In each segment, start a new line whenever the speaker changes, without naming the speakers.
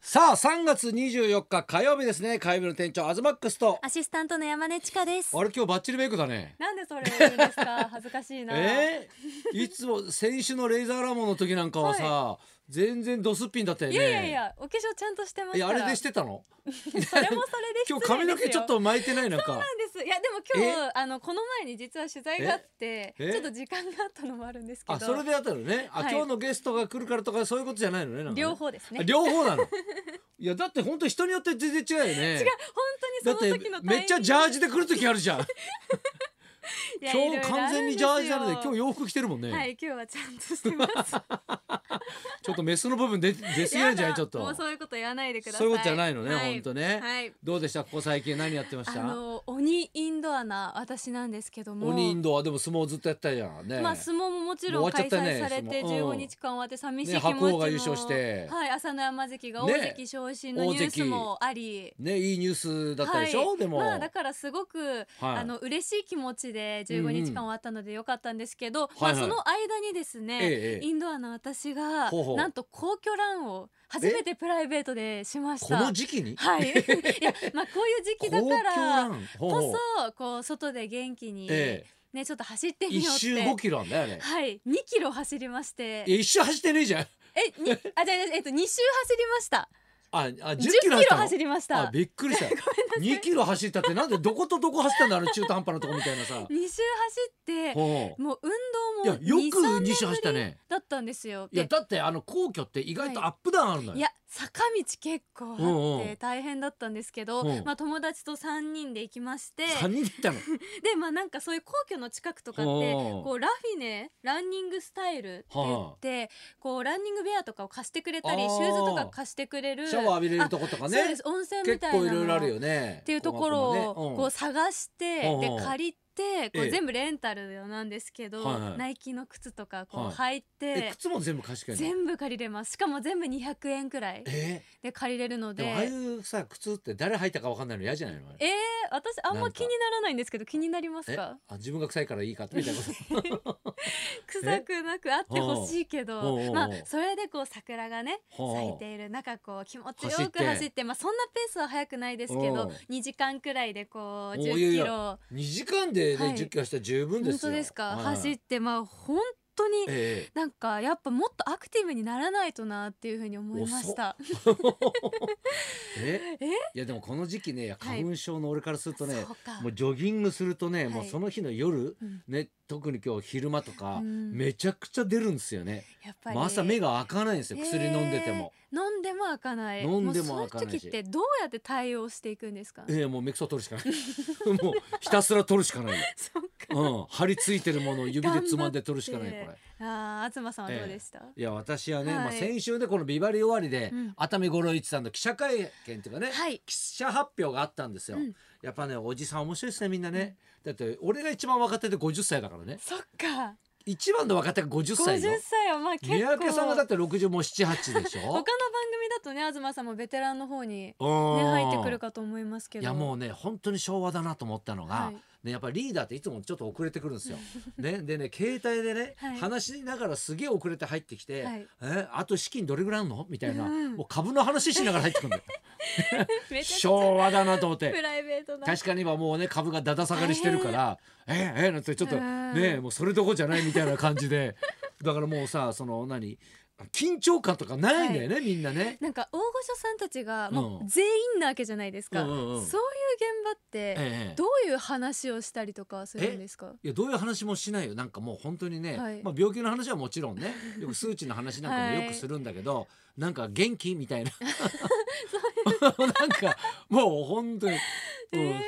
さあ3月24日火曜日ですね火曜日の店長アズマックスと
アシスタントの山根千佳です。
あれ今日バッチリメイクだね
なんでそれを言うんですか。 恥ずかしいな。
え ー、いつも先週のレイザーラモンの時なんかはさ、全然ドスッピンだったよ
い
ね
やいやいや、お化粧ちゃんとしてます
い
か
や
ら。
あれでしてたの
それもそれで失礼ですよ
今日髪の毛ちょっ。と巻いてないなんか
なんです。いやでも今日あのこの前に実は取材があって、
ええ
ちょっと時間があったのもあるんですけど。
あそれであったのねあ、
はい
今日のゲストが来るからとかそういうことじゃないのねなんかね
両方ですね。
あ
違う
両方なのいやだって本当人によって全然違うよ ね
本当に
だ
そ
っ
の
て
時のタイミング。
めっちゃジャージで来る時あるじゃん
いや
今日完全にジャージなので今日。
いろいろあるんですよ
洋服着てるもんね、
はい、今日はちゃんとして ます。
ちょっとメスの部分 でです
や
よ
だ
んじゃないちょっ
も
と
うそういうこと言わないでください。
そういうことじゃないのね、
は
ほんとね、
はい。
どうでしたここ最近何やってまし
あ
た、
の鬼インドアな私なんですけども
鬼インドはでも相撲ずっとやってたじゃんね、
まあ相撲ももちろん
もう終わ
開
っちゃったね
催されて
相撲う
15
ん
日間終わって寂しい
ね
気持ち
白鵬
も、
が優勝して
はい朝乃山関が大
ね
関昇進のニュースもあり、
ねいいニュースだったでしょ、
はい、
でも、
まあだからすごく、
はい
あの嬉しい気持ちで15
うんうん
日間終わったので良かったんですけど、
はいはい
まあその間にですね、
ええええ
インドアの私が
ほうほう
なんと皇居ランを初めてプライベートでしまし
こ
た。
の時期に
はい、 いやまあこういう時期だか
公
ら
共なんほうほう
こそこう外で元気に、
え
ねちょっと走って
え
み
一
ようって
周5キロなんだよあれ、
はい2キロ走りまして
え一周走ってねえじゃん
えにあじゃあじゃあえっと2周走りました
ああ10
10
キ
キ
ロ
ロ
走ったの
走りました
あびっくりした2キロ走ったってなんでどことどこ走ったんだあの中途半端なとこみたい なさ
2周走って
ほう
もう運
い
動も
やよく
23
2周走ったね
だったんですよ
いや
で
だってあの皇居って意外とアップダウンあるのよ、
いや坂道結構
うん
あっ
うん
て大変だったんですけど、
うん
まあ、友達と3人で行きまして
3人で行ったの
でまあなんかそういう皇居の近く とかっ
うん
て
うん
こうラフィネランニングスタイルって言ってこうランニングベアとかを貸してくれた
あ
り
ー
シューズとか貸してくれる
シャワー浴びれるとことか
あそう
ね
です温泉み
結
たいな
構
の
いろいろあるよね
っていうところをこう
こ
探して、
うんうん
で借りてこ
ええ
う全部レンタルなんですけど、
はいはい
ナイキの靴とかこう
は
履い
うんえ
て、
靴も全部貸してくれるの
全部借りれますしかも全部200円くらい
え
で借りれるの
ー
で
でもああいうさ靴って誰履いたかわかんないの嫌じゃないのあれ
えー、私あん
なん
ま
か
気にならないんですけど気になりますか
あ自分が臭いからいいかってみたいな こと
臭くなくあってほしいけ
ほうほう
ど
ほう
まあそれでこう桜がね
ほう
咲いている中こう気持ち
走っ
よ
て
く走ってまあそんなペースは速くないですけ
うん
ど2時間くらいでこう
おー
10
いやい
キ
や
ロ
2時間でね、
はい
10キロしたら十分です
本
よ
当ですか、
はい
走ってまあ本当に
え
なんかやっぱもっとアクティブにならないとなっていうふうに思いました。
ええ
え
いやでもこの時期ねいや
はい
花粉症の俺からするとね、
そうか。
もうジョギングするとね、
はい
もうその日の夜
うん
ね特に今日昼間とか、
うん
めちゃくちゃ出るんですよね、
やっぱり
まあ、朝目が開かないんですよ、
へー
薬飲んでても
飲んでも開かない。
飲んでも開かないし
もうそういう時ってどうやって対応していくんですか。
ええもうメキソ取るしかない もうひたすら取るしかないよ
そっか。
うん、張り付いてるものを指でつまんで取るしかないこ
頑張って
れ
ああ東さんはどうでした。
いや私はね、
はい
まあ、先週でこの「ビバリー終わりで」
うん
熱海五郎一さんの記者会見っていうかね、
はい。
記者発表があったんですよ、
うん
やっぱねおじさん面白いですねみんなね、だって俺が一番若手で50歳だからね
そっか。
一番の若手が50
五
歳よ
十歳はまあ結構。
三宅さんはだっ
他
て60も78でし
の番
ょ
組だとね東さんもベテランの方にね
うん
入ってくるかと思いますけど。
いやもうね本当に昭和だなと思ったのが、
はい
ね、やっぱりリーダーっていつもちょっと遅れてくるんですよ。ね、でね携帯でね、
はい
話しながらすげえ遅れて入ってきて「
はい
えあと資金どれぐらいあるの?」みたいな、
うん
もう株の話しながら入ってくるんだ よ
めちゃくちゃ
昭和だなと 思っ
プ
て
ライベートな。
確かに今もうね株がだだ下がりしてるから「えええなんてちょっと
うん
ねもうそれどころじゃないみたいな感じでだからもうさその何緊張感とかないんだよね、みんなね。
なんか大御所さんたちがも
うん
う全員なわけじゃないですか、
うんうんうん
そういう現場って
ええ
どういう話をしたりとかするんですか
いやどういう話もしないよなんかもう本当にね、
はい
まあ、病気の話はもちろん ねよく数値の話なんかもよくするんだけど、なんか元気みたいな なんかもう本当に、
え
うん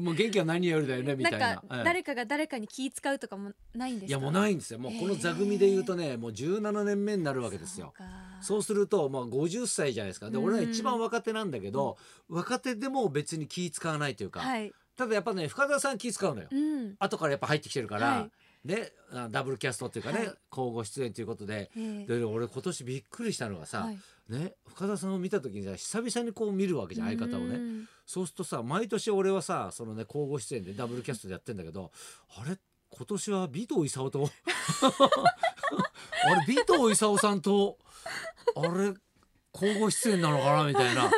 もう元気は何よりだよねみ
な
たい
ん
な。
か
ええ
誰かが誰かに気使うとかもないんですか
いやもうないんですよもうこの座組で言うとね、もう17年目になるわけですよ。
そ
そ
う
うするとまあ50歳じゃないですかで
うん
俺は一番若手なんだけど、若手でも別に気使わないというか、
かはい、
ただやっぱね深田さん気使うのよ、
うん
後からやっぱ入ってきてるから、
はい
ねあダブルキャストっていうかね、
はい
交互出演ということで。
えー
で俺今年びっくりしたのがさ、
はい
ね深田さんを見た時にさ久々にこう見るわけじゃん相方を
う
ね
ん
そうするとさ毎年俺はさそのね交互出演でダブルキャストでやってんだけどあれ今年は尾藤勲とあれ尾藤勲さんとあれ交互出演なのかなみたいな
はい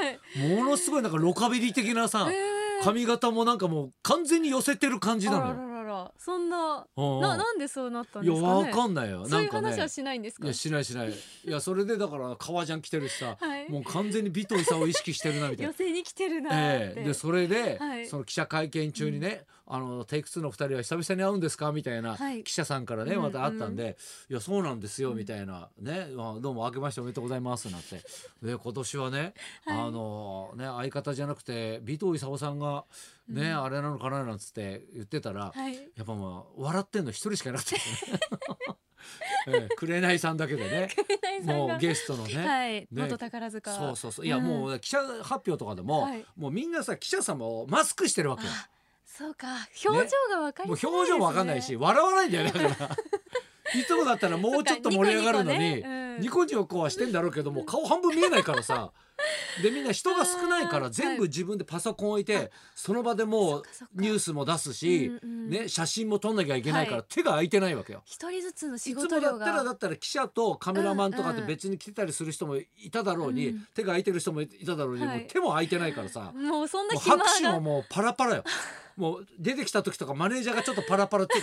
ものすごいなんかロカビリー的なさ
えー
髪型もなんかもう完全に寄せてる感じなの
あ
よ
ららららそんな
うんうん。
ななんでそうなったん
い
で
や
すか
わ
ね
かんないよ
そ
な
う
いん
う
かね
話はしないんです
い
か
やしないしないいやそれでだから革ジャン着てるしさ
はい
もう完全に尾藤さんを意識してるなみたいな。
寄せに来てるなーっ
え
て、
え、でそれで、
はい
その記者会見中にね「あのテイク2の2人は久々に会うんですか?」みたいな、
はい
記者さんからね
うん
また会ったんで「いやそうなんですよ」
うん
みたいな「ねあどうも明けましておめでとうございます」なんてで今年はね、
はい
あのね相方じゃなくて尾藤勲さんがね、
うん
あれなのかななんつって言ってたら、
はい
やっぱまあ笑ってんの一人しかいなかったですね。ええ紅さんだけでね
紅さん
も
が
うゲストのね、
はい、元宝塚
そうそうそういやも
う
う記者発表とかでも、
はい
もうみんなさ記者さんもマスクしてるわけよ
あそうか表情がわかりづ
もう
らいですね
表情もわかんないし笑わないんだよねだから いつもだったらもうちょっと盛り上がるのに
そうかニコニコねうん
ニコニコはしてんだろうけどもう顔半分見えないから さでみんな人が少ないか
あ
ら
ー
全部自分でパソコン置いてその場で
そ
も
っ
う
かそっか
ニュースも出すし、
うんうん
ね、写真も撮んなきゃいけないから
はい
手が空いてないわけよ。
一人ずつの仕
いつ
事
もだ
量
っ
が
たらだったら記者とカメラマンとかっ
うん
て
うん
別に来てたりする人もいただろうに、
うん
手が空いてる人もいただろうに、
はい
もう手も空いてないからさ
もうそんな
もう
暇が
拍手ももうパラパラ よ。もう出てきた時とかマネージャーがちょっとパラパラちょっ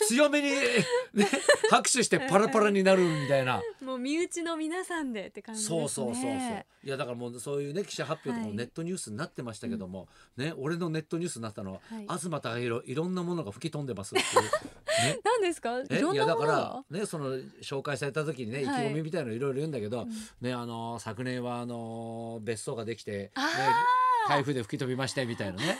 と強めに、ね、 拍手してパラパラになるみたいな。
もう身内の皆さんでって感じですね
そうそうそうそう。いやだからもうそういうね記者発表とかもネットニュースになってましたけども、ね俺のネットニュースになったのは、
はい
東隆弘いろんなものが吹き飛んでますっていう。ね
何ですかい
え
ろ
い
ん
や
な
だ
も
か
の
ら
が
ねその紹介された時にね意気
はい
込みみたいのいろいろ言うんだけど、
ん
ねあの昨年はあの別荘ができて、ね
あ、ー
台風で吹き飛びましてみたいな ね。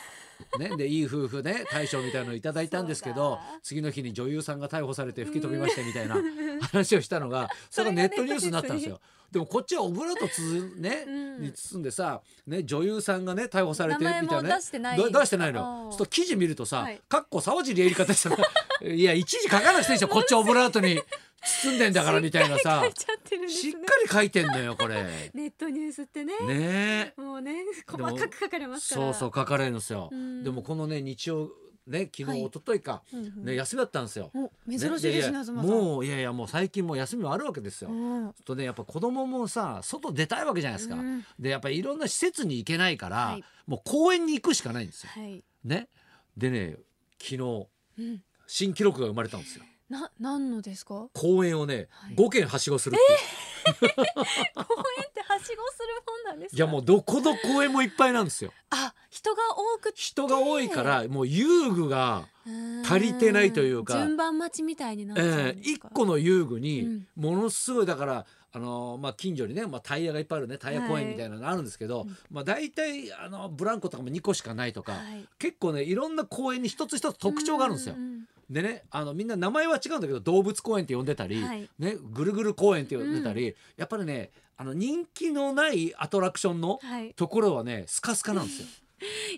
ね、でいい夫婦ね大賞みたいのいただいたんですけ
そう
ど
だ
次の日に女優さんが逮捕されて吹き飛びましてみたいな話をしたのがそれがネットニュースになったんですよ。でもこっちはオブラートつ、ね
うん
に包んでさ、ね、女優さんがね逮捕されてみた
名前
いな、
も
ね、
出してない
だ出してないの
あ
よ
ー
ちょっと記事見るとさ
はい
「かっこ沢尻エリカ」ってさ いや一時書かなくていいでしょこっちオブラートに包んでんだからみたいなさ
書いちゃってるんです
しっ
ね
かり書いてんのよこれ。ね
ネットニュースってね
え。
もうね細
も
かく書かれますから
そうそう書かれるんですよ、
うん
でもこのね日曜ね昨日、
はい
一昨日か、
うんうん
ね休みだったんですよ、
お珍しいですね
や
東さん
もういやいやもう最近もう休みもあるわけですよ、
うん
とねやっぱ子供もさ外出たいわけじゃないですか、
うん
でやっぱりいろんな施設に行けないから、
はい
もう公園に行くしかないんですよ
はい
ねでね昨日
うん
新記録が生まれたんですよ
な何のですか
公園をね、
はい
5軒はしごするっていう、
公園ってはしごするもんなんですか
いやもうどこの公園もいっぱいなんですよ
あ人が多くて
人が多いからもう遊具が
足
足りてないというか
順番待ちみたいになっちゃうん
ええ
です
一
か、
個の遊具
う
に
ん
ものすごいだから、あのーまあ、近所にね、まあ、タイヤがいっぱいあるねタイヤ公園みたいなのがあるんですけど、
うん
まあ、大体あのブランコとかも2個しかないとか、
はい
結構ねいろんな公園に一つ一つ特徴があるんですよ。でねあのみんな名前は違うんだけど動物公園って呼んでたり、
はい
ね、ぐるぐる公園って呼んでたり、やっぱりねあの人気のないアトラクションの
はい、
ところはねスカスカなんですよ。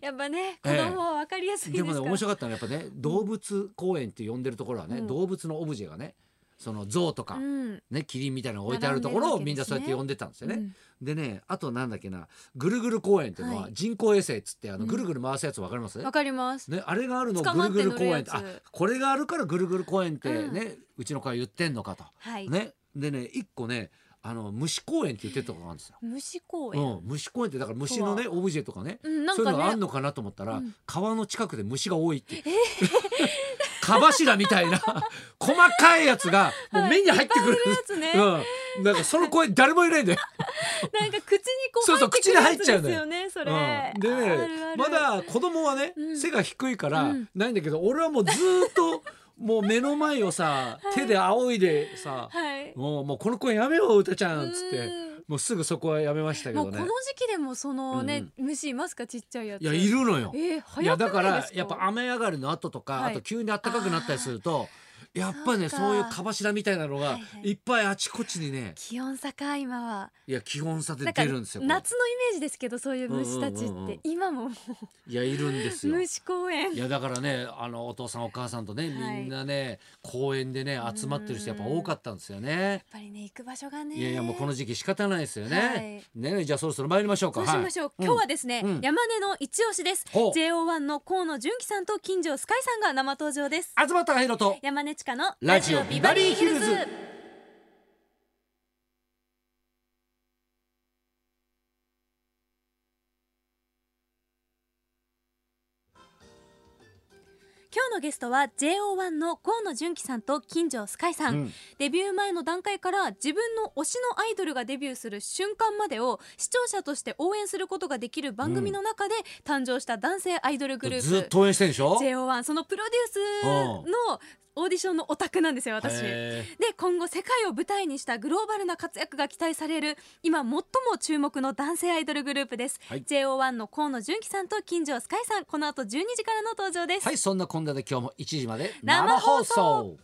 やっぱね子
ええ
供は分かりや すいで
ですも
から、
ね面白かったのはやっぱね動物公園って呼んでるところはね、
うん
動物のオブジェがねその象とか、
うん
ね、キリンみたいなのが置いてあるところを
並ん
み
で
ん
る
な
わ
そうや
けですね
って呼んでたんですよね。
うん
でねあとなんだっけなぐるぐる公園っていうのは
はい
人工衛星っつってあの
うん
ぐるぐる回すやつわかります、
わかります、
ね、あれがあるのを
捕
ぐ
ま
る
っ
ぐ
て
る
乗
公
る
園っ
や
て
つ
あこれがあるからぐるぐる公園ってね、うちの子は言ってんのかと。
はい、
ね、でね一個ねあの虫公園って言ってるとこがあるんですよ。
虫公園、
うん、虫公園ってだから虫のねオブジェとかね
うんなん
そういう
か
のがあん
ね
のかなと思ったら、
うん
川の近くで虫が多いっていう。 蚊柱みたいな細かいやつがもう目に入ってくる、
いっぱいいるやつね、
うん、なんかその声誰もいない んだよ。
なんか口にこう
そうそう
入ってくるや
口に入
つ
っちゃうの
です
よ
よねそれ、
うん、でね
あるある
まだ子供はね、
うん
背が低いから
うん
ないんだけど、俺はもうずーっともう目の前をさ
はい
手で仰いでさ、
はい
もうもうこの声やめよう歌ちゃんっつって
うん
もうすぐそこはやめましたけ
もう
ど
こ
ね
の。時期でもそのね、
うん
虫いますかちっちゃいやつ
いやいるのよ。
えー、
い
早
や
く
だ
ないで
か
すから
やっぱ雨上がりの後とか、
はい
あと急に暖かくなったりするとやっぱね
そ
そう
か
ういうかばしらみたいなの
は
が
いはい
いっぱいあちこちにね
気温差か今はい
や基本差で
なんか
出
夏
るん
のイ
ですよ。これ
メージですけどそういう虫たちって、
うんうんうんうん
今もも
いやいるんです
う
よ。
虫公園
いやだからねあのお父さんお母さんとね
はい
みんなね、公園でね集まってる人やっぱ多かったんですよね。
やっぱりね行く場所がね
いやいやもうこの時期仕方ないですよね。
はい
ねじゃあそろそろ参りましょうか。
そうしましょう、
い
今日はですね、
うん
山根の一押しです
ほう
JO1 の河野純喜さんと金城スカイさんが生登場です
うん東隆弘と
山根ちかの
ラジオビバリーヒルズ
今日のゲストは JO1 の河野純喜さんと金城スカイさん、
うん
デビュー前の段階から自分の推しのアイドルがデビューする瞬間までを視聴者として応援することができる番組の中で誕生した男性アイドルグループ、
ずっと応援してんでしょ
JO1 そのプロデュースのオーディションのオタクなんですよ私。
へー
で今後世界を舞台にしたグローバルな活躍が期待される今最も注目の男性アイドルグループです、
はい
JO1 の河野純喜さんと金城スカイさんこの後12時からの登場です、
はいそんなこんなで今日も1時まで
生放送
生放送